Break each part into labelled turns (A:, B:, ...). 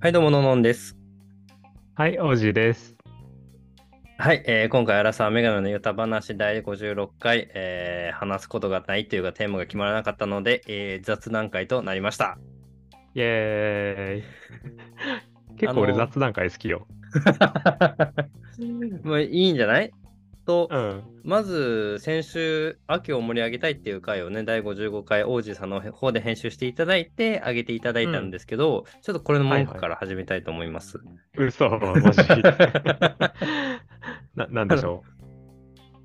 A: はい、どうも、ののんです。
B: はい、おじです。
A: はい、えー今回、アラサーメガネのヨタ話第56回、えー話すことがないというかテーマが決まらなかったので、えー雑談会となりま した。
B: イエーイ。結構
A: あ
B: 俺
A: のー
B: 雑談会好きよ。
A: まあ、いいんじゃないと、
B: うん。
A: まず、先週、秋を盛り上げたいっていう回をね、第55回、王子さんの方で編集していただいて、上げていただいたんですけど、ちょっとこれの文句から始めたいと思います。
B: 嘘、マジ。な、なんでしょ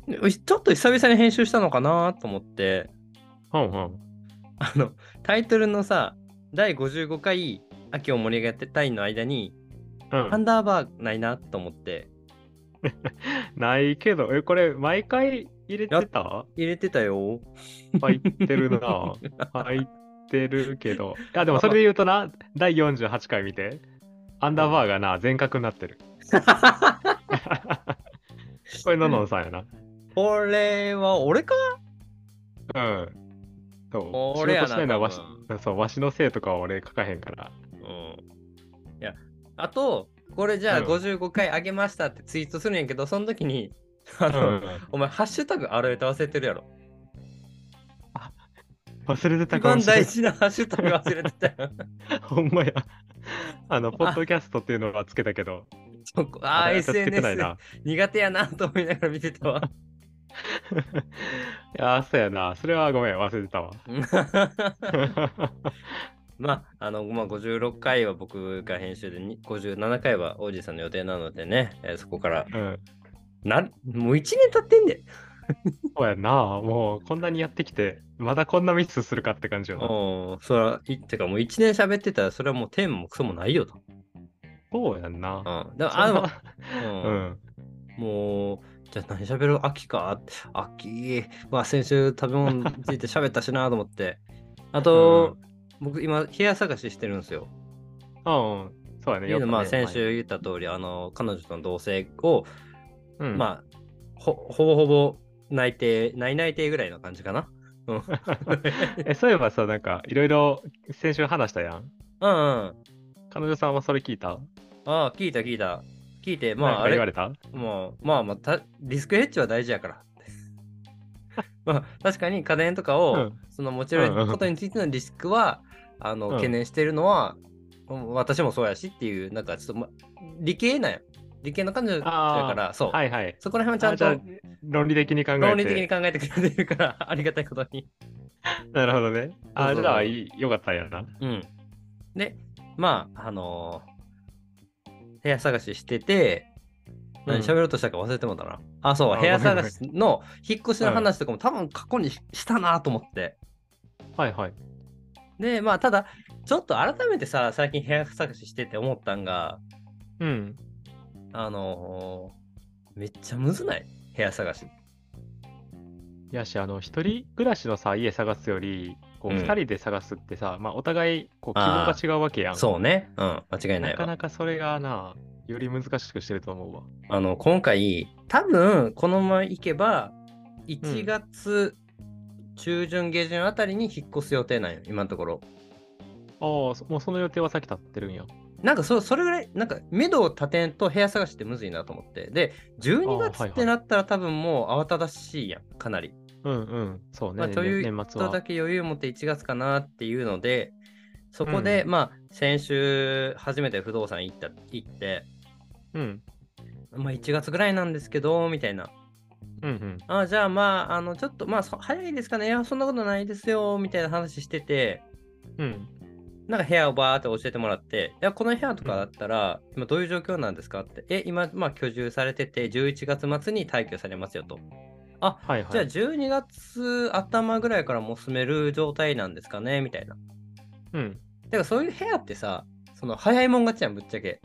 A: で ちょっと久々に編集したのかなと思って、
B: う。うんうん。
A: あの、タイトルのさ、第55回、秋を盛り上げたいの間に、
B: う
A: アン
B: ん。
A: ダーバーないなと思って、
B: ないけど、え、これ毎回入れてた
A: 入れてたよ。
B: 入ってるな。入ってるけど。いや、でもそれで言うとな、第48回見て。アンダーバーがな、全角になってる。これ、ののんさんやな。
A: これは俺か
B: うん。そう。
A: 俺やな
B: 仕事しないのはわし
A: 多分、
B: そう、わしのせいとかは俺書かへんから。
A: いや、あと、これじゃあ
B: うん
A: 55回あげましたってツイートするんやけど、その時に、あ
B: う
A: の、
B: んうん。
A: お前、ハッシュタグあると忘れてるやろ。
B: 忘れて
A: 一
B: たか
A: 番
B: もしれ
A: 大
B: ない。
A: 事なハッシュタグ忘れてた よ。
B: ほんまや。あの、ポッドキャストっていうのはつけたけど、
A: そこああ、
B: れつけてない
A: SNS
B: な。
A: 苦手やなと思いながら見てたわ。
B: いやー、そうやな。それはごめん、忘れてたわ。
A: まあ、あの、まあ、56回は僕が編集で、に57回は王子さんの予定なのでね、えーそこから、
B: うん。
A: なもう1年経ってんで。
B: そうやな。もう、こんなにやってきて、まだこんなミスするかって感じよな。
A: おそれはい、てかもう1年喋ってたら、それはもうテーマもクソもないよと。
B: そうやんな。
A: うん。だから、
B: そ
A: あ
B: ん
A: の
B: な、
A: うん
B: うん。
A: もう、じゃあ何喋る秋かって秋は先週食べ物について喋ったしなと思 って。あと、僕今、部屋探ししてるんですよ。
B: うんうん。そうや
A: っ
B: ね。
A: ていうのはまあ
B: よくね
A: 先。週言った通り、あの、彼女との同棲を、
B: うん
A: まあほ、ほぼほぼ内定、内内定ぐらいの感じか な。うん
B: えそういえばさ、なんか、いろいろ先週話したやん。
A: うんうん。
B: 彼女さんはそれ聞いた
A: ああ、聞いた聞いた。聞いて、ま
B: なん
A: あ、
B: か
A: あれ
B: 言わ、れた
A: もうまあまあた、リスクヘッジは大事やから。 まあ、確かに家電とかを、
B: うん
A: その持ち寄ることについてのリスクは、あの
B: うん
A: 懸念してるのは、うん私もそうやしっていう、なんかちょっと、ま、理系なんや。理系の彼女だから、そう、
B: はいはい。
A: そこら辺
B: あ
A: はち
B: じ
A: ゃ
B: ゃ
A: ん
B: あ
A: と
B: 論理的に考えて。
A: 論理的に考えてくれてるから、ありがたいことに。
B: なるほどね。
A: そう
B: あ
A: そう
B: じゃあいいよかったんやな。
A: うん。で、まあ、あのー部屋探ししてて、
B: うん
A: 何喋ろうとしたか忘れてもうたな。あ、そう、
B: あ
A: 部屋
B: ごめんごめ
A: 探
B: ん
A: しの引っ越しの話とかも多分過去にししたなと思って。
B: はいはい。
A: で、まあ、ただ、ちょっと改めてさ、最近部屋探ししてて思ったんが、
B: うん。
A: あのーめっちゃむずない部屋探し。
B: いやし、あの、一人暮らしのさ、家探すより、こう、
A: うん
B: 二人で探すってさ、まあ、お互い、こう、希望が違うわけやん。
A: そうね。うん、間違いない
B: なか
A: わ。
B: なかそれがな、より難しくしてると思うわ。
A: あの、今回、多分、このまま行けば、1月中旬、下旬あたりに引っ越す予定なんよ、今のところ。
B: ああ、そもうその予定は先立ってるんや。
A: なんかそ、それぐらい、なんか、目処を立てんと部屋探しってむずいなと思って。で、12
B: あー
A: 月
B: はい
A: っ
B: はい
A: てなったら、多分もう慌ただしいやん、かなり。
B: うんうん。そうね。
A: まあという
B: ね年
A: ち
B: 末
A: ょっと
B: は
A: だ。け余裕を持って1月かなっていうので、そこで、まあ、先週、初めて不動産行った行って、
B: うん。
A: まあ、1月ぐらいなんですけど、みたいな。
B: うんうん。
A: あじゃあ、まあ、あの、ちょっと、まあ、そ早いですかね。いや、そんなことないですよ、みたいな話してて、
B: うん。
A: なんか部屋をバーって教えてもらって、いや、この部屋とかだったら、今どういう状況なんですかって。え、今、まあ、居住されてて、11月末に退去されますよと。
B: はいはい。
A: じゃあ、12月頭ぐらいからもう住める状態なんですかねみたいな。
B: うん。
A: だからそういう部屋ってさ、その早いもん勝ちやん、ぶっちゃけ。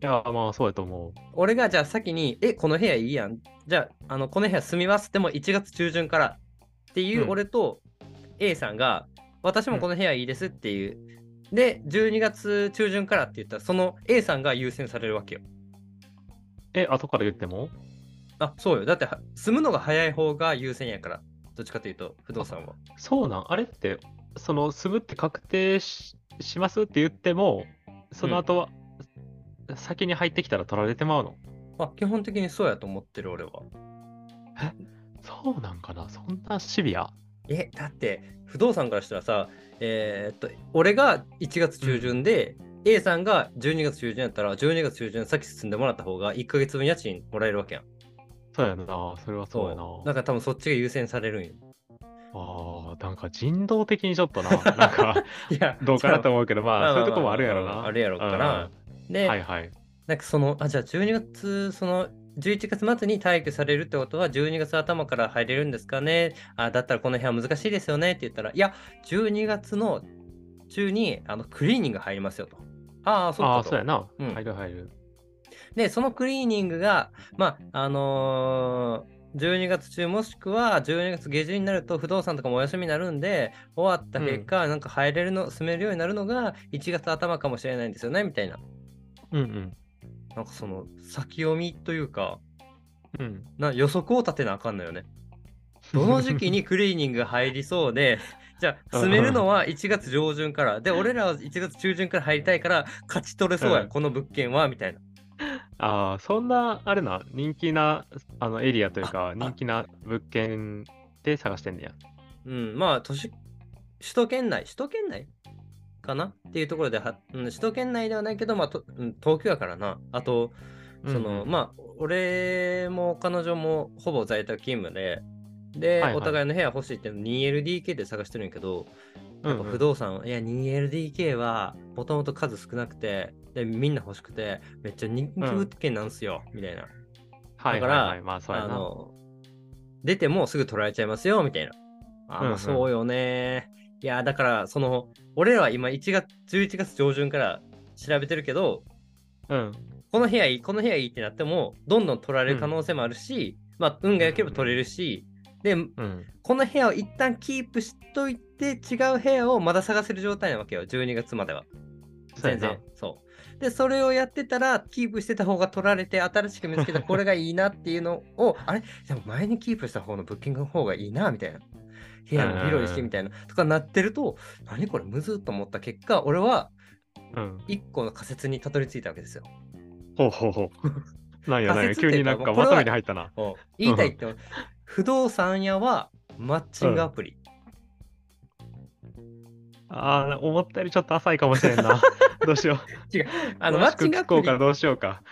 B: いや、まあ、そうやと思う。
A: 俺がじゃあ先に、え、この部屋いいやん。じゃあ、あのこの部屋住みますっても1月中旬からっていう
B: うん
A: 俺と A さんが、私もこの部屋いいですっていう。で、12月中旬からって言ったら、その A さんが優先されるわけよ。
B: え、後から言っても
A: あ、そうよ。だっては住むのが早い方が優先やから。どっちかというと、不動産は。
B: そうなんあれって、その、住むって確定ししますって言っても、その後は、先に入ってきたら取られてまうの
A: あ基本的にそうやと思ってる俺は。
B: そうなんかなそんなシビア
A: えだって不動産からしたらさえーっと俺が1月中旬で、A さんが12月中旬やったら12月中旬先進んでもらった方が1ヶ月分家賃もらえるわけやん。
B: そうやなそれはそうやな
A: だから多分そっちが優先されるんよ。
B: あーなんか人道的にちょっとななん か
A: いや
B: どうかなと思うけど まあそういうとこもあるやろ
A: ま
B: な
A: あるやろから。で、
B: はいはい
A: なんかそのあじゃあ12月その11月末に退去されるってことは12月頭から入れるんですかねあだったらこの辺は難しいですよねって言ったらいや12月の中にあのクリーニング入りますよと。ああそう
B: あ
A: か
B: あ
A: と
B: そうやな、
A: うん
B: 入る入る
A: でそのクリーニングがまああのー12月中もしくは12月下旬になると不動産とかもお休みになるんで終わった結果、なんか入れるの住めるようになるのが1月頭かもしれないんですよねみたいな
B: うんうん
A: なんかその先読みというか
B: うん
A: な予測を立てなあかんのよね。どの時期にクリーニング入りそうで、 じゃあ、住めるのは1月上旬から、で、俺らは1月中旬から入りたいから、勝ち取れそうや、
B: うん
A: この物件は、みたいな。
B: ああそんなあれな人気なあのエリアというか人気な物件で探してんねや
A: うん、まあ、都市、首都圏内、首都圏内かなっていうところでは、うん、首都圏内ではないけど、まあ、とうん東京やからな。あと、その、
B: あ
A: まあ、俺も彼女もほぼ在宅勤務で、で、
B: はいはい
A: お互いの部屋欲しいっていうの 2LDK で探してるんやけど、
B: う
A: やっ
B: ん
A: ぱ
B: うん
A: 不動産、いや 2LDK はもともと数少なくてでみんな欲しくてめっちゃ人気物件なんすよ、みたいな
B: はいはいはいまあそうや
A: あ
B: な
A: の出てもうすぐ取られちゃいますよみたいなあー、
B: うん
A: ま
B: う
A: あ
B: ん
A: そうよねいやだからその俺らは今1月11月上旬から調べてるけど
B: うん
A: この部屋いいこの部屋いいってなってもどんどん取られる可能性もあるし、まあ運が良ければ取れるしで
B: うん
A: この部屋を一旦キープしといて違う部屋をまだ探せる状態なわけよ12月までは
B: そうや
A: 全
B: な
A: 然そうでそれをやってたらキープしてた方が取られて新しく見つけ たこれがいいなっていうのをあれでも前にキープした方のブッキングの方がいいなみたいな部屋も広いしみたいなとかなってると何これむずっと思った結果俺は
B: うん
A: 1個の仮説にたどり着いたわけですよ
B: ほうほうほ うなんやなん
A: 仮
B: や
A: 説っ
B: 急
A: てい
B: に
A: うか
B: なん
A: ま
B: か
A: あこれは
B: まとめに入ったな
A: 言いたいって不動産屋はマッチングアプリ、
B: ああ思ったよりちょっと浅いかもしれん などうしよう
A: あのマ
B: 詳し
A: ッチ
B: く
A: ングア
B: 聞
A: プ
B: こう
A: リ
B: かどうしようか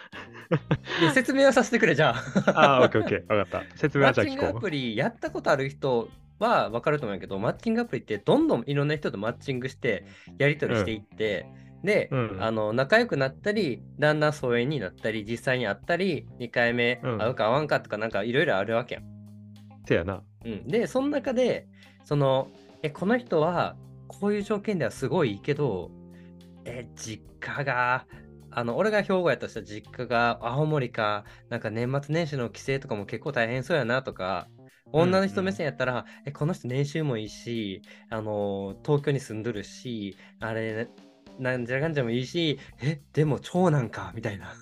A: いや説明をさせてくれじゃあ
B: ああオッケーオッケーわか った説明
A: マ
B: はじゃ
A: ッ
B: あ
A: チン
B: 聞
A: グア
B: こう
A: プリやったことある人は分かると思うんやけどマッチングアプリってどんどんいろんな人とマッチングしてやり取りしていって、で、
B: うん
A: あの仲良くなったりだんだん疎遠になったり実際に会ったり2回目
B: うん
A: 会うか会わんかとかなんかいろいろあるわけやん、
B: せやな
A: うん、でその中でそのえこの人はこういう条件ではすごいいいけどえ実家があの俺が兵庫やとしたら実家が青森かなんか年末年始の帰省とかも結構大変そうやなとか
B: うんうん
A: 女の人目線やったら、えこの人年収もいいしあの東京に住んどるしあれなんじゃらかんじゃもいいしえでも長男かみたいな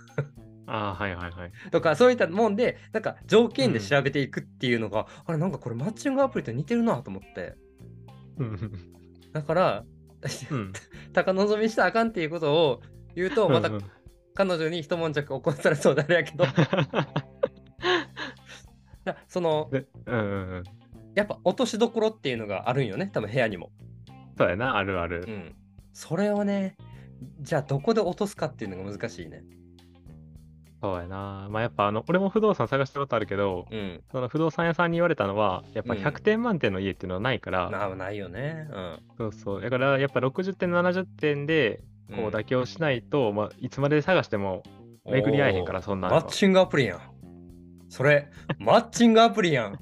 B: ああはいはいはい
A: とかそういったもんでなんか条件で調べていくっていうのが、あれなんかこれマッチングアプリと似てるなと思って
B: うん
A: だから
B: うん
A: 高望みしたらあかんっていうことを言うとまた
B: うんうん
A: 彼女に一悶着起こされそうだやけど だその
B: でうんうんうん
A: やっぱ落としどころっていうのがあるんよね多分部屋にも、
B: そうやなあるあ
A: う
B: る
A: ん、それをねじゃあどこで落とすかっていうのが難しいね
B: そうやなまあやっぱあの俺も不動産探したことあるけど
A: うん
B: その不動産屋さんに言われたのはやっぱ
A: うん
B: 100点満点の家っていうのはないから、
A: なないよねうん
B: そうそうだからやっぱ60点70点でこう妥協しないと、まあ、いつまで探しても巡り合えへんからそん
A: お
B: な
A: ー
B: の
A: マッチングアプリやんそれマッチングアプリやん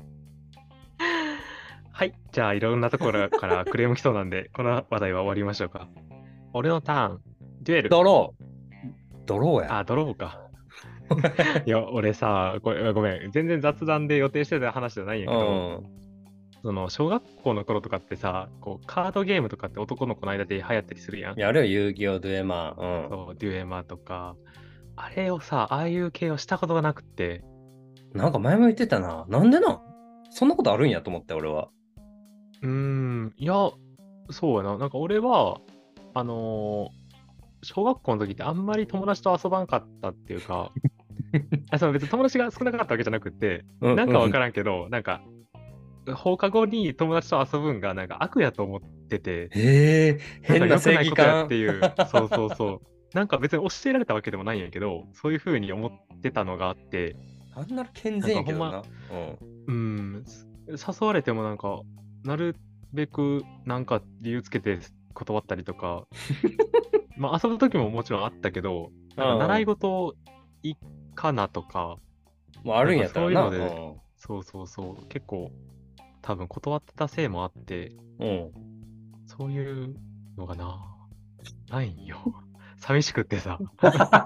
B: はいじゃあいろんなところから クレーム来そうなんでこの話題は終わりましょうか俺のターンデュエル
A: ドロードローや
B: あドロ ーかいや俺さこれごめん全然雑談で予定してた話じゃないんやけど、
A: ん
B: その小学校の頃とかってさこうカードゲームとかって男の子の間で流行ったりするやん
A: やるよ遊戯王ドゥエマーうん
B: そうデュエマとかあれをさああいう系をしたことがなくって
A: なんか前も言ってたななんでなんそんなことあるんやと思って俺は
B: うーんいやそうやななんか俺はあの小学校の時ってあんまり友達と遊ばんかったっていうか、 あその別に友達が少なかったわけじゃなくて、
A: う
B: なんかわからんけど、なんか、放課後に友達と遊ぶんがなんか悪やと思ってて、
A: へえ、変な
B: 良く
A: 正
B: ない
A: 義
B: ことやっ
A: 感
B: て。いう、そうそうそう。なんか別に教えられたわけでもないんやけど、そういうふうに思ってたのがあって、
A: あんな健全やけどな。
B: なん
A: うん
B: うん、す誘われてもなんか、なるべくなんか理由つけて断ったりと か、まあ遊ぶ時ももちろんあったけど、なんか習い事いいかなとか、
A: もうあるんやったら
B: な
A: な。
B: んかそういう
A: の
B: そうそうそう、結構多分断ってたせいもあって、
A: で。うん。
B: そういうのがな、ないんよ。 寂しくってさ。
A: わかった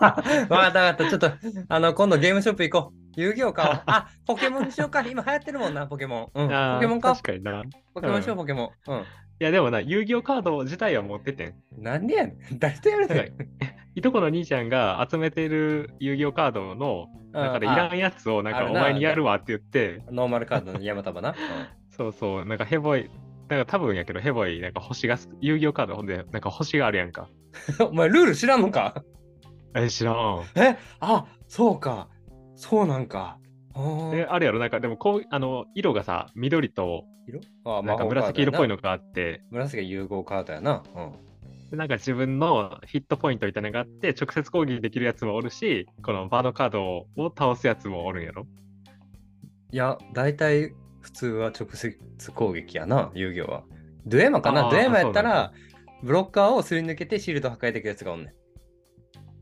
A: わかった。ちょっと、あの、今度ゲームショップ行こう。遊戯王買お う。あ、ポケモンにしようか。今流行ってるもんな、ポケモン。うん。
B: あー
A: ポケモン買おう
B: 確。かにな。い
A: ポケモンしよう、
B: うん
A: ポケモン。
B: や、でもな、遊戯王カード自体は持っててん。
A: うん。なんでやねん。誰とやる
B: だ
A: ね
B: から
A: ん。、
B: いとこの兄ちゃんが集めてる遊戯王カードの、だからいら
A: あ
B: んやつを、なん
A: あ
B: か、
A: る
B: お
A: な
B: 前にやるわって言って、
A: あノーマルカードの山束な。
B: そうそう、なんかヘボい、なんか多分やけど、ヘボい、なんか星がす、遊戯王カード、ほんで、なんか星があるやんか。
A: うん お前、ルール知らんのか
B: え、知らん。
A: えあ、そうか。そうなんか。あー
B: え、あるやろ、なんか、でもこう、あの、色がさ、緑と、
A: 色あ
B: なんか紫色っぽい。
A: 魔法カードや
B: のがあって、
A: 紫が融合カードやな。うん。
B: でなんか自分のヒットポイントみたいなのがあって、直接攻撃できるやつもおるし、このバードカードを倒すやつもおるんやろ。
A: いや、大体普通は直接攻撃やな、遊戯王は。ドゥエマかな
B: あー
A: ドゥエマやった
B: そうなん
A: ら、ブロッカーをすり抜けてシールド破壊できるやつがおんね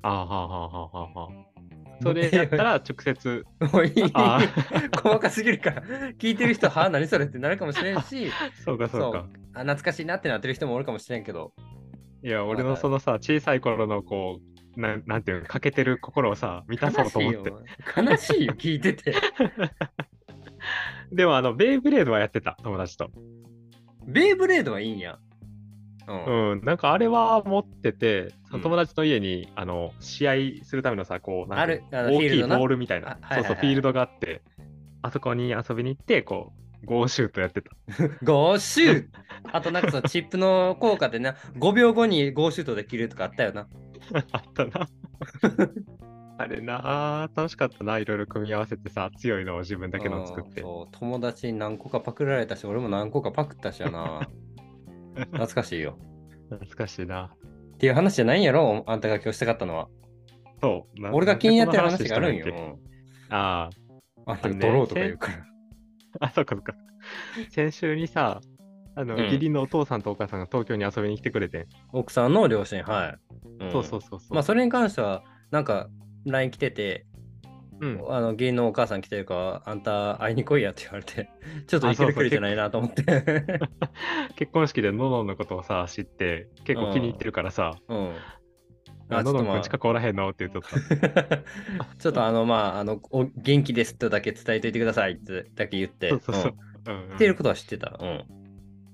B: ああ、はあはあはあはあはあ。それやったら直接、
A: ん。 もういい。
B: あ
A: 細かすぎるから、聞いてる人、はあ、何それってなるかもしれん し、
B: そうかそうか。
A: あ、懐かしいなってなってる人もおるかもしれんけど、
B: いや、俺のそのさ、小さい頃のこう、なんなんていうの、欠けてる心をさ、満たそう
A: 悲
B: と
A: しい
B: 思
A: よ
B: って。。
A: 悲しいよ、聞いてて。
B: でも、あの、ベイブレードはやってた、友達と。
A: ベイブレードはいいんや。うん。
B: うん、なんかあれは持ってて、
A: うん
B: その友達の家に、あの、試合するためのさ、こう、な
A: あ
B: んてい
A: る
B: う、
A: あ
B: の
A: の
B: 大
A: フィール
B: きい
A: ド
B: ボ
A: な
B: ールみたいな
A: あ、はい
B: そう
A: はいは
B: そ、
A: いう
B: フィールドがあって、あそこに遊びに行って、こう、ゴーシュートやってた。
A: ゴーシュートあとなんかそのチップの効果でな、5秒後にゴーシュートできるとかあったよな。
B: あっ たな。あれなあ、楽しかったな、いろいろ組み合わせてさ、強いのを自分だけの作って。
A: うんそう友達に何個かパクられたし俺も何個かパクったしや な懐かしいよ
B: 懐かしいな。
A: っていう話じゃないんやろあんたが今日したかったのは
B: そう。な
A: 俺が気になってる話があるん。
B: なんでこの話した
A: よ
B: っけあ
A: うんあんたがドローとか言うから
B: あ、あ、そっかそっか。先週にさ、あの、
A: うん
B: 義理のお父さんとお母さんが東京に遊びに来てくれてん。
A: 奥さんの両親はい、ん
B: そうそうそうそう。
A: まあそれに関してはなんか LINE 来てて、
B: うん。
A: あの芸能お母さん来てるからあんた会いに来いやって言われてちょっと行ける距離じゃないなと思って
B: 結婚式でののんのことをさ、知って、結構気に入ってるからさ、
A: うん
B: あののん
A: ま
B: く
A: あ
B: ん近くおらへんのって言っ とった。
A: ちょっとあのまああのお元気ですとだけ伝えといてくださいってだけ言って
B: そうそうそ
A: ん
B: う。うんうん
A: 知ってることは知ってた、うん、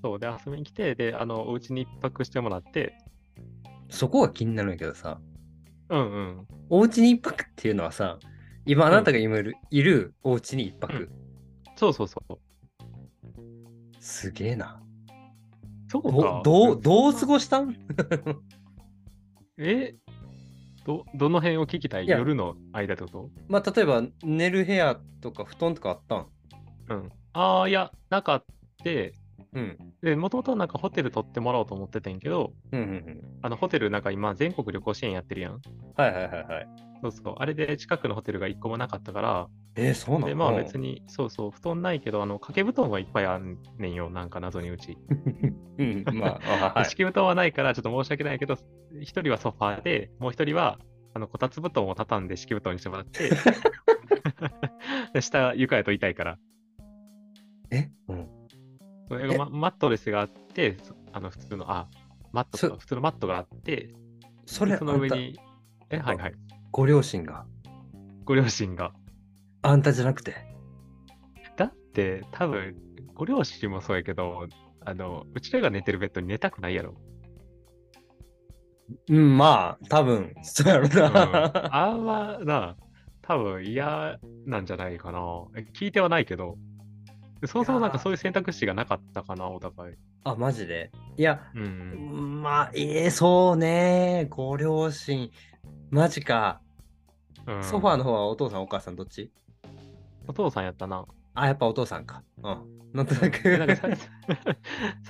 B: そうで遊びに来てであのお家に一泊してもらって
A: そこが気になるんやけどさ
B: うんうん
A: お家に一泊っていうのはさ今あなたが今いる,、いるお家に一泊、
B: うんそうそうそう
A: すげえな
B: そう
A: ど
B: か
A: どうどう過
B: す
A: ごしたん
B: えどどの辺を聞きたい
A: いや
B: 夜の間ってこと
A: まあ例えば寝る部屋とか布団とかあったん
B: うんああいやなかって
A: うん
B: でもともとなんかホテル取ってもらおうと思ってたんやけど
A: うんうんうん
B: あのホテルなんか今全国旅行支援やってるやん
A: はいはいはいはい
B: そうそうあれで近くのホテルが一個もなかったから
A: えー、そうなの
B: でまあ別にそうそう布団ないけどあの掛け布団はいっぱいあんねんよなんか謎にうち
A: うんま ああはい
B: 敷布団はないからちょっと申し訳ないけど、一人はソファーで、もう一人はあのこたつ布団を畳んで敷布団にしても らって、で下床やと痛いから、
A: え、うん、
B: それがまマットレスがあって、そあの普通の、あ、マット
A: そ
B: か普通のマットがあって、
A: それ
B: でその上
A: あん
B: に、え、はいはい、
A: たご両親が
B: ご両親が。
A: あんたじゃなくて
B: だって、多分ご両親もそうやけど、あのうちらが寝てるベッドに寝たくない やろ。
A: うんまあ多分そうやろ
B: うん、
A: な、
B: あんまな、多分嫌なんじゃないかな。え聞いてはないけど、そもそもなん
A: いや
B: か
A: ー
B: そういう選択肢がなかったかな、お互い。
A: あマジでいや、
B: うんうん。
A: まあ、ええそうね。ご両親。マジか。
B: うん
A: ソファーの方はお父さん、お母さん、どっち
B: お父さんやったな。
A: あ、やっぱお父さんか。うん。なんとな
B: でなんかさ
A: く。
B: 最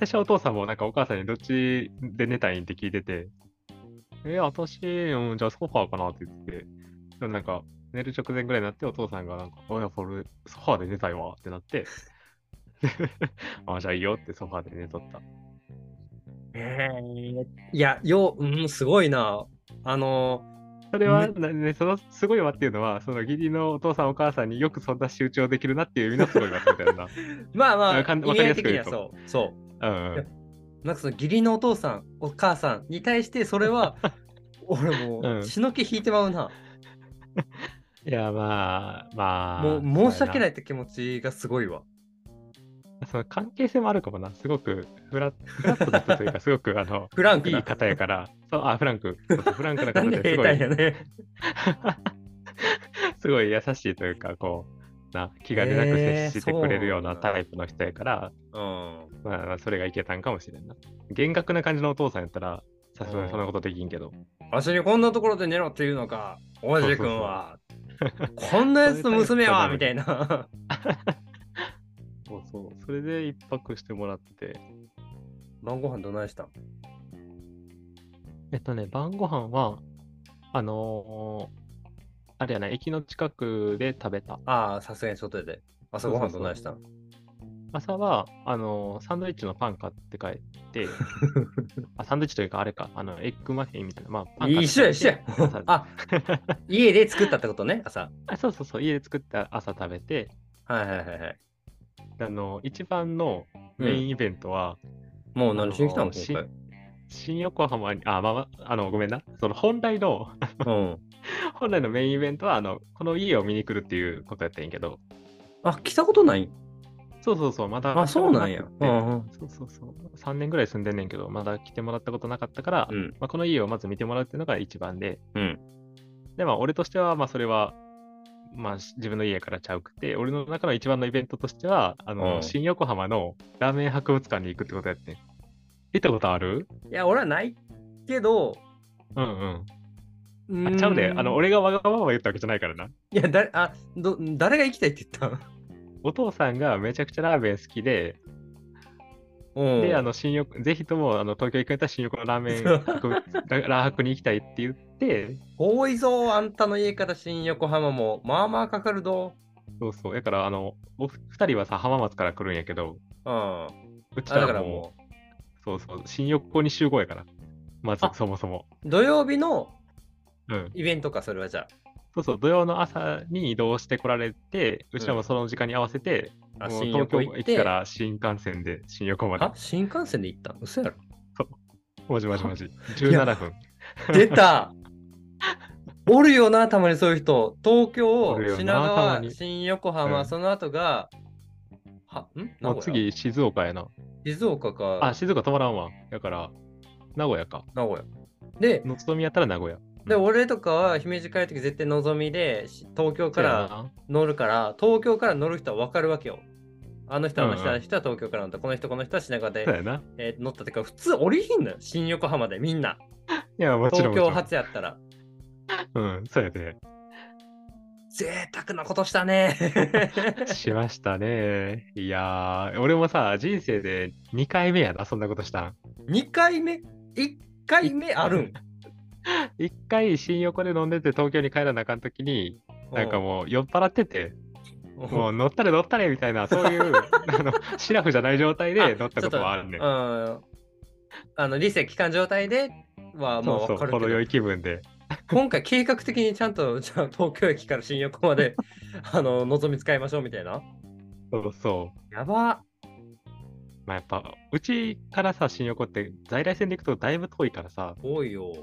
B: 初はお父さんもなんかお母さんにどっちで寝たいんって聞いてて、え、私、うん、じゃあソファーかなって言って、でもなんか寝る直前ぐらいになってお父さんがなんか、おやっぱ俺ソファーで寝たいわってな って、あ、じゃあいいよってソファーで寝とった。
A: えーいや、よう、うん、すごいな。あの、
B: それは、なね、そのすごいわっていうのは、その義理のお父さんお母さんによくそんな集中できるなっていう意味のすごいわみたいな。
A: まあまあ、
B: あかん
A: 意
B: わ
A: 味合
B: かりや
A: い
B: す
A: 的
B: く
A: に
B: 言う
A: は
B: と
A: そう。そう。
B: うんうん
A: なんかその義理のお父さん、お母さんに対して、それ は、俺も
B: う
A: う、
B: ん
A: 血の気引いてまうな。
B: いや、まあ、まあ。。
A: もう、申し訳ないいって気持ちがすごいわ。
B: その関係性もあるかもな。すごくフラフラットだったというか、すごくあの、
A: フランク
B: い
A: ない
B: 方やから、そう、あ、フランク、そうそうフランクな
A: な
B: 方
A: んで
B: です
A: 兵
B: ご
A: 隊
B: い
A: や、ね。
B: すごい優しいというか、こう、な気兼ねなく
A: へー
B: 接してくれるよう
A: そうな
B: な
A: んだ
B: タイプの人やから、
A: うん。
B: まあ、それがいけたんかもしれんな。厳格な感じのお父さんやったら、さすがにそんなことできんけど。
A: わしにこんなところで寝ろっていうのか、おじくんは。こんなやつの娘はみたいな。
B: そうそう。それで一泊してもらって。
A: 晩ご飯どないしたん
B: えっとね、晩ご飯は、あのーあれやな、駅の近くで食べた。
A: ああ、さすがに外で。朝ご飯どないしたん
B: 朝は、あのーサンドイッチのパン買って帰 って、あサンドイッチというか、あれか、あの、エッグマフィンみたいな、まあ、パン買って帰って
A: 一緒や一緒や。
B: 朝
A: あ、家で作ったってことね、朝。
B: あそうそうそう、家で作った朝食べて、
A: はいはいはいはい。
B: あの、一番の
A: う
B: メイン
A: ん
B: イベントは、
A: もう何しに来た
B: あ
A: の
B: の
A: 今回。
B: 新横浜に、あ、まあまあ、あの、ごめんな、その本来の、
A: うん。
B: 本来のメインイベントは、あの、この家を見に来るっていうことやったんやけど、
A: あ、来たことない
B: そうそうそう、まだ、
A: あ、そうなんや。う
B: うん
A: うん。
B: そうそうそう。3年ぐらい住んでんねんけど、まだ来てもらったことなかったから、
A: うん
B: まあ、この家をまず見てもらうっていうのが一番で、
A: うん。
B: で、まあ、俺としては、まあ、それは、まあ、し自分の家からちゃうくて、俺の中の一番のイベントとしては、あの、
A: うん
B: 新横浜のラーメン博物館に行くってことやってん。行ったことある
A: いや、俺はないけど、
B: うん
A: う
B: うん。
A: ー
B: あ
A: ん
B: ちゃうで、あの、。俺がわがまま言ったわけじゃないからな。
A: いや、だあど誰が行きたいって言ったん
B: お父さんがめちゃくちゃラーメン好きで、
A: うん
B: で、あの、新横、ぜひとも、あの、東京行くんやったら新横のラーメン博物ララー博に行きたいって言って、
A: 多いぞ、あんたの家から新横浜も。まあまあかかるぞ。
B: そうそう。だから、あの、お二人はさ、浜松から来るんやけど、
A: うん。あ
B: うちら
A: だか
B: は
A: ら
B: も
A: も
B: う、そうそう、新横に集合やから。まず
A: あ、
B: そもそも。
A: う、土曜日の
B: うん。
A: イベントか、それはじゃ
B: そうそう、土曜の朝に移動してこられて、うちらもその時間に合わせて、
A: あ。あ、
B: もう
A: 新
B: 東
A: 横
B: 京
A: 行っ
B: 駅
A: て。
B: から新幹線で新横まで
A: あ。、新幹線で行ったん嘘や ろ。
B: マジマジマジ。
A: いや
B: 17分。
A: 出たおるよな、たまにそういう人。東京
B: お、るよな
A: 品
B: たま
A: 川、
B: に
A: 新横浜、
B: うん
A: その後が、は、ん名
B: も
A: 古
B: う
A: 屋
B: 次、静岡やな。
A: 静岡
B: あ、
A: か、
B: 静岡止まらんわ。だから、名古屋か。
A: 名古屋。で、
B: のつとみやったら名古屋。
A: で俺とかは姫路帰るとき絶対のぞみで、し東京か
B: そうや
A: ら
B: な
A: 乗るから、東京から乗る人は分かるわけよ。あの人、あの
B: うん
A: 人、
B: うん
A: あの人は東京から乗った、この人、この人は品川
B: そう
A: で、
B: やな。
A: えー乗ったってか、普通降りひんのよ、新横浜でみんな。
B: いや、もちろん。
A: 東京
B: もち
A: 発やったら。
B: ろんうん、そうやで。
A: 贅沢なことしたね。
B: しましたね。いやー、俺もさ、人生で2回目やな、そんなことしたん。
A: 2回目 ?1 回目あるん。
B: 1回、新横で飲んでて、東京に帰らなあかんときに、 なんかもう酔っ払ってて、
A: うん、
B: もう乗ったれ乗ったれみたいな、そういう、あの、シラフじゃない状態で乗ったことはあるね
A: う。ん。あの、理性期間状態ではもう
B: そう
A: 分かるけ
B: そう、
A: ど
B: 程よい気分で。
A: 今回計画的にちゃんとじゃあ東京駅から新横ま であの望み使いましょうみたいな。
B: そうそう。
A: やば。
B: まあやっぱ、うちからさ、新横って在来線で行くとだいぶ遠いからさ、
A: 多いよ。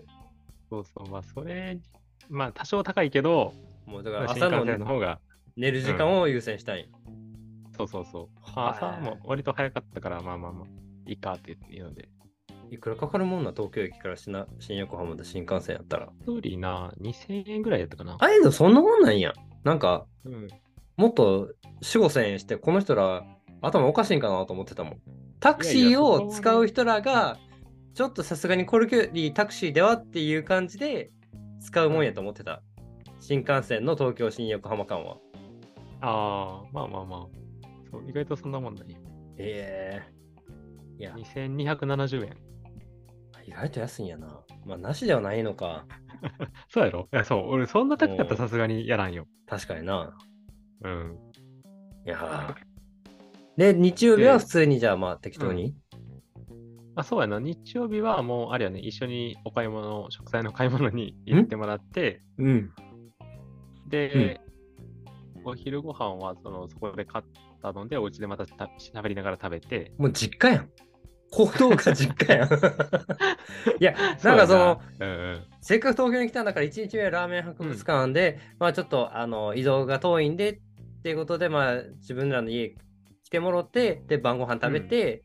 B: そうそう、まあそれに、まあ多少高いけど、
A: もうだか
B: ま
A: ら
B: あ新
A: 朝
B: 幹
A: の
B: 線の方が、
A: 寝る時間を優先したい。
B: そうそうそう。ま
A: は
B: あ
A: い
B: 朝も割と早かったから、まあまあまあ、いいかっていうので。
A: いくらかかるもんな東京駅からしな新横浜で新幹線やったら。
B: 一人な、2000円ぐらいやったかな。
A: あえどそんなもんなんや。なんか
B: うん、
A: もっと4、5千円してこの人ら頭おかしいんかなと思ってたもん。タクシーを使う人らが、ちょっとさすがにこれよりタクシーではっていう感じで使うもんやと思ってた。新幹線の東京新横浜間は。
B: ああ、まあまあまあ。そう意外とそんなもんだね。
A: ええいや、
B: 2270円。
A: 意外と安いんやな。まあ、なしではないのか。
B: そうやろいや、そう。俺、そんな高かったらさすがにやらんよ。
A: 確かにな。
B: うん。
A: いやーで、日曜日は普通にじゃあまあ適当に。
B: あ、そうやな。日曜日はもう、あれやね、一緒にお買い物、食材の買い物に行ってもらって、
A: うん。
B: で、お昼ご飯はそのそこで買ったので、お家でまたた喋りながら食べて、
A: もう実家やん。行動が実家 やん。いや、なんかその、
B: うやな、うんうん、
A: せっかく東京に来たんだから1日目はラーメン博物館で、まあちょっとあの移動が遠いんでっていうことでまあ自分らの家来てもろってで晩ご飯食べて、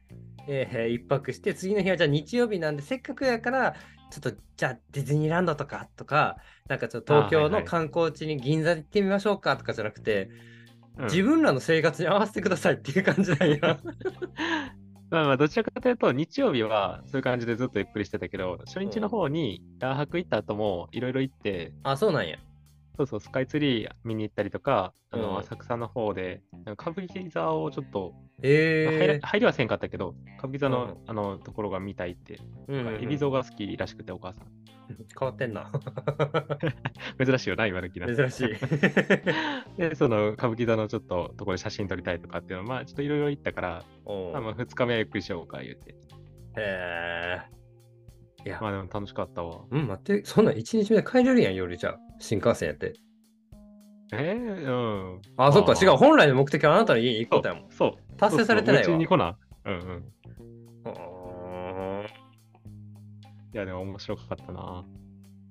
A: えー一泊して次の日はじゃあ日曜日なんでせっかくやからちょっとじゃあディズニーランドとかとかなんかちょっと東京
B: あはいは
A: の
B: い
A: 観光地に銀座で行ってみましょうかとかじゃなくて、
B: うん
A: 自分らの生活に合わせてくださいっていう感じなんや。
B: まあまあどちらかというと、日曜日はそういう感じでずっとゆっくりしてたけど、初日の方に、ラー博行った後もいろいろ行って、
A: あそうなんや。
B: そうそう、スカイツリー見に行ったりとか、あ
A: うん
B: の浅草の方で、なんか歌舞伎座をちょっと、まあ入ら
A: え
B: 入りはせんかったけど、歌舞伎座
A: う
B: の,、あのところが見たいって、
A: ーうんうんうん
B: エビゾが好きらしくて、お母さん。
A: 変わって んな。
B: 珍しいよな、今の気な。
A: 珍しい。
B: で、その歌舞伎座のちょっとところで写真撮りたいとかっていうのは、まあ、ちょっといろいろ行ったから、
A: うん
B: まあ、まあ2日目はゆっくりしようか言うて。
A: へえ。いや、
B: まあでも楽しかったわ。
A: うん、待って、そんなん1日目で帰れるやん、夜じゃあ新幹線やって。
B: えー、うん。
A: あ、そっか、
B: あ
A: 違
B: ー
A: う。本来の目的はあなたの家に行くことやもん。
B: そう。
A: 達成されてない
B: そうそううちに
A: わ。
B: 来な。うんうん。
A: うーん
B: いや、でも面白かったな。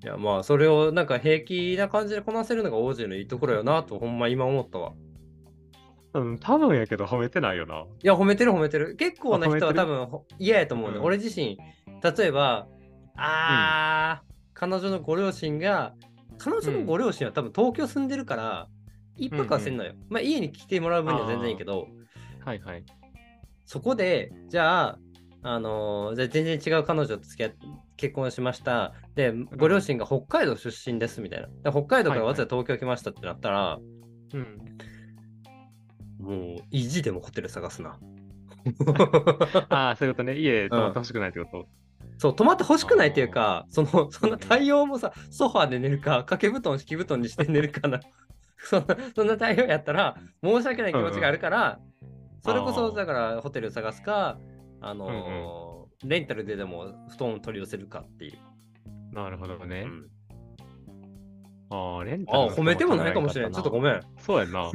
A: いや、まあ、それをなんか平気な感じでこなせるのが王子のいいところよなと、ほんま今思ったわ。
B: うん、多分やけど褒めてないよな。
A: いや、褒めてる褒めてる。結構な人は
B: あ褒めてる
A: 多分ほ嫌やと思うね。
B: うん
A: 俺自身、例えば、あー、彼女のご両親が、彼女のご両親は多分東京住んでるから、一泊はせんのよ。まあ、家に来てもらう分には全然いいけど、
B: はいはい。
A: そこで、じゃあ、あのーじゃあ全然違う彼女と付き合って結婚しました。で、ご両親が北海道出身ですみたいな。で北海道からわざわざ東京来ましたってなったら、
B: うん。
A: もう意地でもホテル探す な。
B: ああ、そういうことね。家泊まってほしくないってこと。
A: そう、泊まってほしくないっていうか、その、そんな対応もさ、ソファーで寝るか、掛け布団、敷き布団にして寝るかな。 そんな、そんな対応やったら、申し訳ない気持ちがあるから、それこ
B: あ
A: そ、
B: ー
A: だから、ホテル探すか、あのーレンタルででも布団を取り寄せるかっていう。
B: なるほど
A: う
B: ね。
A: ん
B: ああ、レンタル
A: あ、
B: の
A: 褒めてもないかもしれん。ちょっとご
B: ん。
A: めん。
B: そうやん な。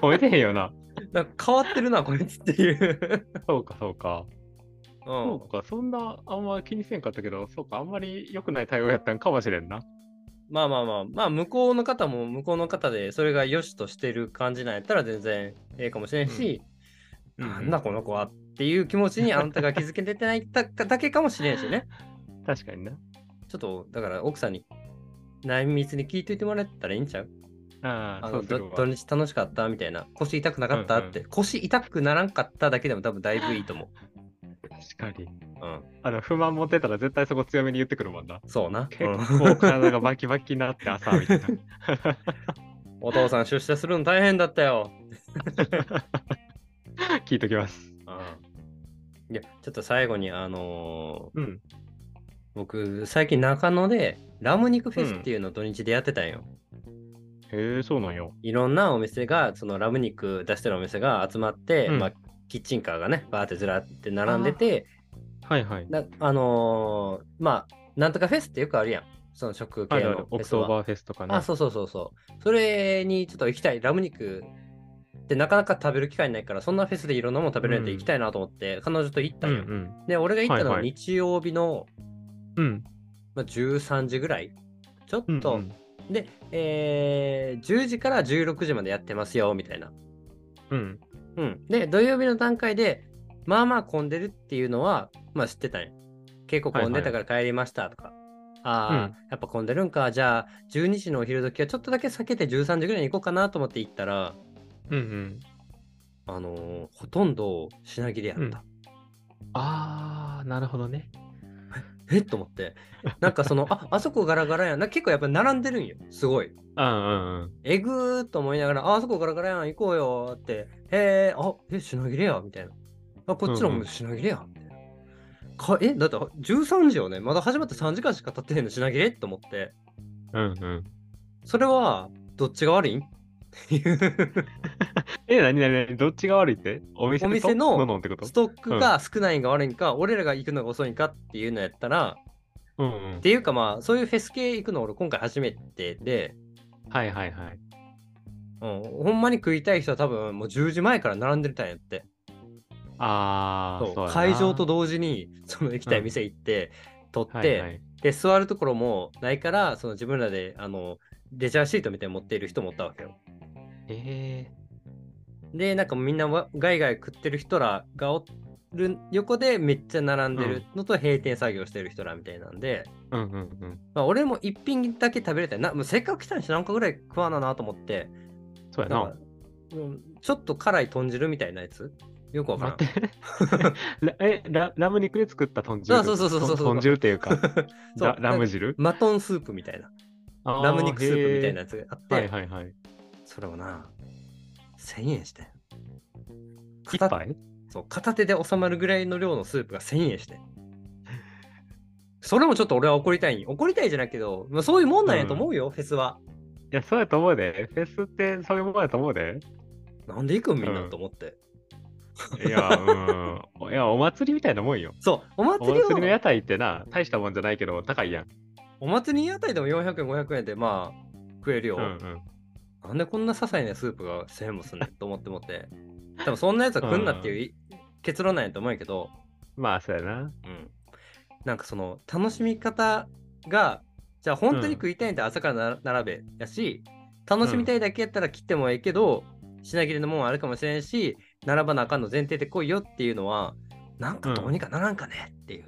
B: 褒めてへんよな。
A: なんか変わってるな、こいつって いう。
B: そうか、そうか。
A: う
B: そ
A: ん
B: う。か、そんな、あんま気にせんかったけど、そうか、あんまり良くない対応やったんかもしれんな。
A: まあまあまあ、まあ、向こうの方も向こうの方で、それが良しとしてる感じなんやったら全然ええかもしれんし、
B: うんうん
A: なんだこの子はっていう気持ちにあんたが気づけてないだだけかもしれんしね。
B: 確かにな。
A: ちょっとだから奥さんに内密に聞いといてもらったらいいんちゃう
B: あ
A: あ
B: あ、そ
A: の
B: うす
A: ど
B: るわ
A: 土。日楽しかったみたいな腰痛くなかったって、腰痛くならんかっただけでも多分だいぶいいと 思
B: 確かに。
A: う。うん、
B: あの、不満持ってたら絶対そこ強めに言ってくるもんな。
A: そうな。
B: 結
A: う
B: 構
A: ん
B: 体がバキバキになって朝、みた いな。
A: お父さん出社するの大変だったよ。
B: 聞いときます。
A: うん、いやちょっと最後にあのー
B: うん。
A: 僕最近中野でラム肉フェスっていうのを土日でやってたんよ。
B: へえ、そうなんよ。
A: いろんなお店が、そのラム肉出してるお店が集まって、
B: うん
A: まあ、キッチンカーがね、バーってずらって並んでて、
B: はいはい。
A: なあのーまあ、なんとかフェスってよくあるやん。その食
B: あ
A: 系
B: るあ
A: の
B: る。
A: フェ
B: オク
A: ス
B: トー
A: は。
B: バーフェスとかね。
A: あ、そうそうそうそう。それにちょっと行きたい。ラム肉ってなかなか食べる機会ないから、そんなフェスでいろんなもの食べれると
B: うん
A: 行きたいなと思って、彼女と行った
B: うんん
A: よ。
B: うん。
A: で、俺が行ったのは
B: はいはい
A: 日曜日の、
B: うん。
A: まあ、13時ぐらい。ちょっ
B: うん
A: と、
B: うん
A: で、えー10時から16時までやってますよ、みたいな。
B: うん。
A: うん、で土曜日の段階でまあまあ混んでるっていうのは、まあ、知ってたんよ結構混んでたから帰りましたとか、ああ、
B: うん
A: やっぱ混んでるんかじゃあ12時のお昼時はちょっとだけ避けて13時ぐらいに行こうかなと思って行ったら
B: うんうん。
A: あのーほとんど品切れやった。
B: うんあー、なるほどね。
A: えっと思って、なんかその、ああそこガラガラやんな、結構やっぱ並んでるんよ、すごい。
B: うんうんうん。
A: えぐーっと思いながら、ああそこガラガラやん、行こうよって、へえ、あえ、品切れや、みたいな。あこっちの
B: うんう
A: も
B: ん
A: 品切れや、みたいな。かえ、だって13時よね、まだ始まって3時間しか経ってへんの品切れと思って、
B: うんうん。
A: それはどっちが悪いんっていう、
B: え、なになになにどっちが悪いってお店
A: お
B: と
A: 店の
B: ののんってこと
A: ストックが少ないんが悪いんか、俺らが行くのが遅いんかっていうのやったら、
B: うんうん
A: っ。ていうかまあ、そういうフェス系行くの俺今回初めてで、
B: はいはいはい。
A: うん、ほんまに食いたい人は多分もう10時前から並んでたんやって
B: あー、
A: そう
B: そうやな
A: 会場と同時にその行きたい店行って、取って、
B: はいはい。
A: で座るところもないからその自分らであのレジャーシートみたいに持っている人もおったわけよ
B: え
A: でなんかみんなわガイガイ食ってる人らがおる横でめっちゃ並んでるのと閉店作業してる人らみたいなんで、
B: ー、うんうんうん。
A: まあ、俺も一品だけ食べれたいなもうせっかく来たんし何個ぐらい食わななと思って
B: そうや
A: なん
B: な
A: か。うんちょっと辛い豚汁みたいなやつよくわからん
B: 待って。 ラえラ、ラム肉で作った豚汁
A: あそうそうそうそうそう
B: 豚豚汁っていうか、
A: そう
B: ララム汁
A: マトンスープみたいな、
B: あー
A: ラム肉スープみたいな
B: へ
A: やつがあって、
B: ーはいはいはい。
A: それをな、1000円して。
B: 一
A: 片
B: 杯
A: そう片手で収まるぐらいの量のスープが1000円して。それもちょっと俺は怒りたい。怒りたいじゃないけど、まあ、そういうもんなんやと思うよ、フェスは。
B: いや、そうやと思うで。フェスってそういうもんやと思うで。
A: なんで行くんみんな
B: うん
A: と思って。
B: いや、うん。い や、お祭りみたいなもんよ。
A: そう、お
B: お
A: 祭り
B: 祭りの屋
A: は、
B: 台ってな、大したもんじゃないけど、高いやん。
A: お祭り屋台でも400円、500円でまあ、食えるよ。
B: うんうん。
A: なんでこんな些細なスープが1000円もすんねんと思って思って。多分そんなやつは来んなっていうい結論なんやと思うけど、
B: まあ、そうやな。
A: うん、なんかその楽しみ方がじゃあ本当に食いたいんだったら朝からな並べやし、楽しみたいだけやったら切ってもええけど、品切れのもんあるかもしれんし並ばなあかんの前提で来いよっていうのはなんかどうにかならんかねっていう、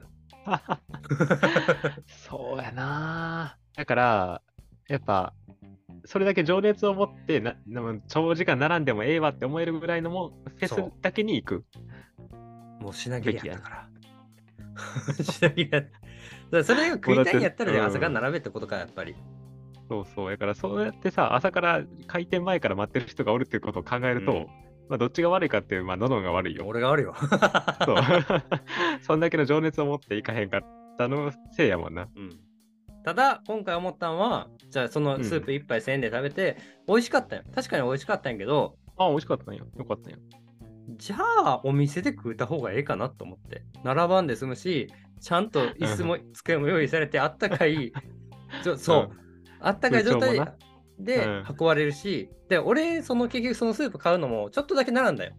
B: そうやな。だから、やっぱ、それだけ情熱を持ってな、でも長時間並んでもええわって思えるぐらいのもん、フェ
A: そう
B: スだけに行く。
A: もう品切れやったから 品切れやっただからそれが食いたいんやったらね
B: もうだって
A: 朝から並べってことかやっぱり
B: そうそう。だから、そうやってさ、朝から開店前から待ってる人がおるっていうことを考えると、
A: うん
B: まあ、どっちが悪いかっていう、まあ、喉が悪い よ。
A: 俺が悪いわ
B: そう。そんだけの情熱を持っていかへんかったのせいやもんな。
A: うんただ今回思ったんはじゃあそのスープ1杯1000円で食べて、美味しかったよ確かに美味しかったんやけど
B: あ、美味しかったんよ。よかったんよ。
A: じゃあお店で食うた方がええかなと思って並ばんで済むしちゃんと椅子も机も用意されてあったか いじょそう、あったかい状態
B: 空調もな
A: で
B: うん
A: 運ばれるし、で俺その結局そのスープ買うのもちょっとだけ並んだよ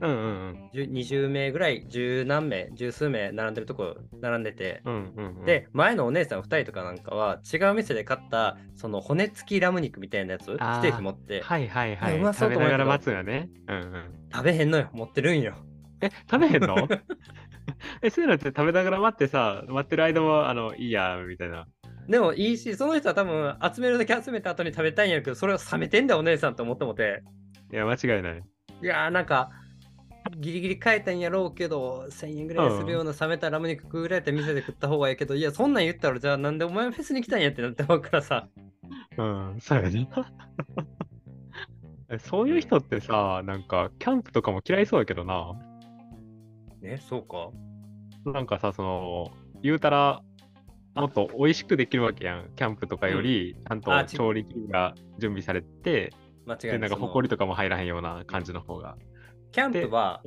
B: うん。うんうん
A: 10 20名ぐらい十何名十数名並んでるとこ並んでて、
B: うん。うんうんうん、
A: で前のお姉さん2人とかなんかは違う店で買ったその骨付きラム肉みたいなやつステ
B: あー
A: ーキ持って
B: はいはいはい。
A: うまそう
B: 食
A: と思うけ
B: べ
A: ど
B: ながら待つんやね。うんうん。
A: 食べへんのよ持ってるんよ
B: え、食べへんの え、そういうのって食べながら待ってさ、待ってる間も、あの、いいや、みたいな。
A: でもいいしその人は多分集めるだけ集めた後に食べたいんやけどそれを冷めてんだよお姉さんと思ってもて
B: いや、間違いない。
A: いやーなんかギリギリ買えたんやろうけど1000円ぐらいするような冷めたラム肉食うぐらいやったら店で食った方がいいけどいやそんなん言ったらじゃあなんでお前フェスに来たんやってなってまうから さ
B: うん、そうやね。 えそういう人ってさ、なんか、キャンプとかも嫌いそうやけどな。
A: えそうか
B: なんかさ、その、言うたら、もっと美味しくできるわけやん。キャンプとかより、ちゃんと
A: あち
B: 調理器具が準備されて、
A: 間違いな
B: で、
A: い
B: なんか、
A: その
B: ほこりとかも入らへんような感じの方が。
A: キャンプは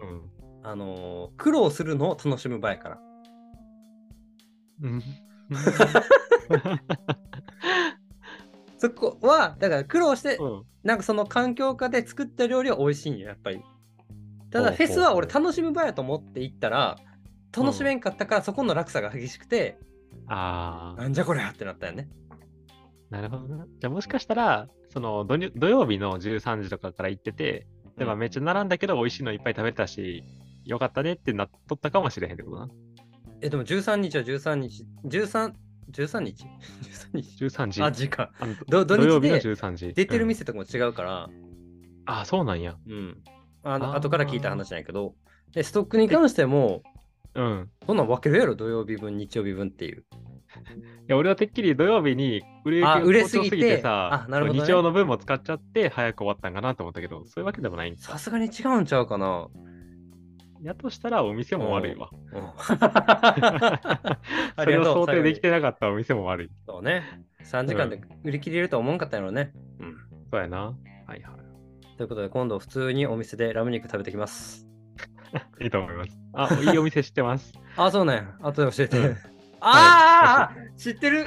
B: うん。
A: あのー苦労するのを楽しむ場合から
B: うん。
A: そこはだから苦労して
B: うん
A: なんかその環境下で作った料理は美味しいんよ、やっぱり。ただ
B: ほう
A: フ
B: ほうほう
A: ェスは俺楽しむ場やと思って行ったら、楽しめんかったからそこの落差が激しくて、
B: ああ、
A: なんじゃこりゃってなったよね。
B: なるほどな。じゃあもしかしたら、その土に土曜日の13時とかから行ってて、で
A: う
B: も
A: ん
B: めっちゃ並んだけど、美味しいのいっぱい食べたし、よかったねってなっとったかもしれへんってことな。
A: え、でも13日は13日、13、13日 ?13 日
B: 13時。
A: あ、時間。
B: あの
A: ど土日
B: 土
A: で
B: 曜日の13時。
A: 出てる
B: うん
A: 店とかも違うから、
B: ああ、そうなんや。
A: うん。あの
B: あー
A: 後から聞いた話なんやけど、でストックに関しても、
B: うん。
A: そんなん分けるやろ、土曜日分、日曜日分っていう。
B: いや、俺はてっきり土曜日に売れ行き
A: あ
B: が
A: 売れ
B: 好
A: すぎ
B: 調
A: て
B: さ、
A: あなるほどね
B: そう日曜の分も使っちゃって早く終わったんかなと思ったけど、そういうわけでもないんです
A: さすがに違うんちゃうかな。
B: やとしたらお店も悪いわ。
A: うん
B: そ
A: り
B: れ
A: が
B: を
A: とう
B: 想定できてなかったお店も悪い。
A: そうね。3時間で売り切れるとは思わんかったんやろね。うん。
B: そうやな。はいは
A: ということで、今度普通にお店でラム肉食べてきます。
B: い。いいと思います。あ、いいお店知ってます。
A: あ、そうね。後で教えて。
B: うん
A: あーあー知って る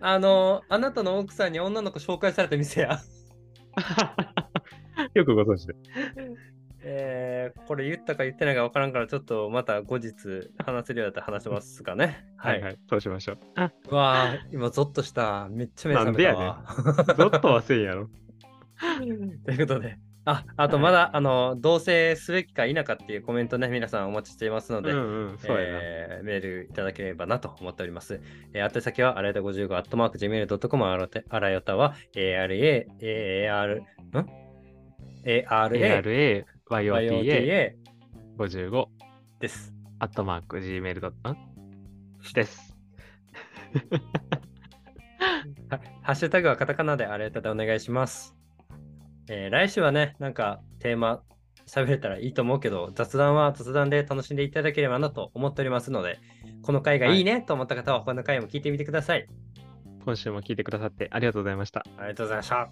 A: あの、あなたの奥さんに女の子紹介された店や。
B: よくご存知で。
A: えー、これ言ったか言ってないか分からんから、ちょっとまた後日話せるようだったら話しますかね。
B: はいはい。そうしましょう。あ、
A: うわあ、今ゾッとした。めっちゃ目覚めたわ。
B: ゾッとはせんやろ。
A: ということで。あ、あとまだ、あの、同棲すべきか否かっていうコメントね、皆さんお待ちしていますの
B: う
A: で、
B: んうん。 そうやな。
A: えーメールいただければなと思っております。えー、宛先は、あらよた55、アットマーク、gmail.com、あらてあらよたは、ARA、AR、ん ?ARA、
B: ARA、YOTA、
A: YOTA
B: 55、
A: です。
B: アットマーク、gmail. んです。
A: は ハッシュタグはカタカナであらよたでお願いします。えー来週はね、なんかテーマ喋れたらいいと思うけど、雑談は雑談で楽しんでいただければなと思っておりますので、この回がいいねと思った方は、この回も聞いてみてください。
B: 今週も聞いてくださってありがとうございました。
A: ありがとうございました。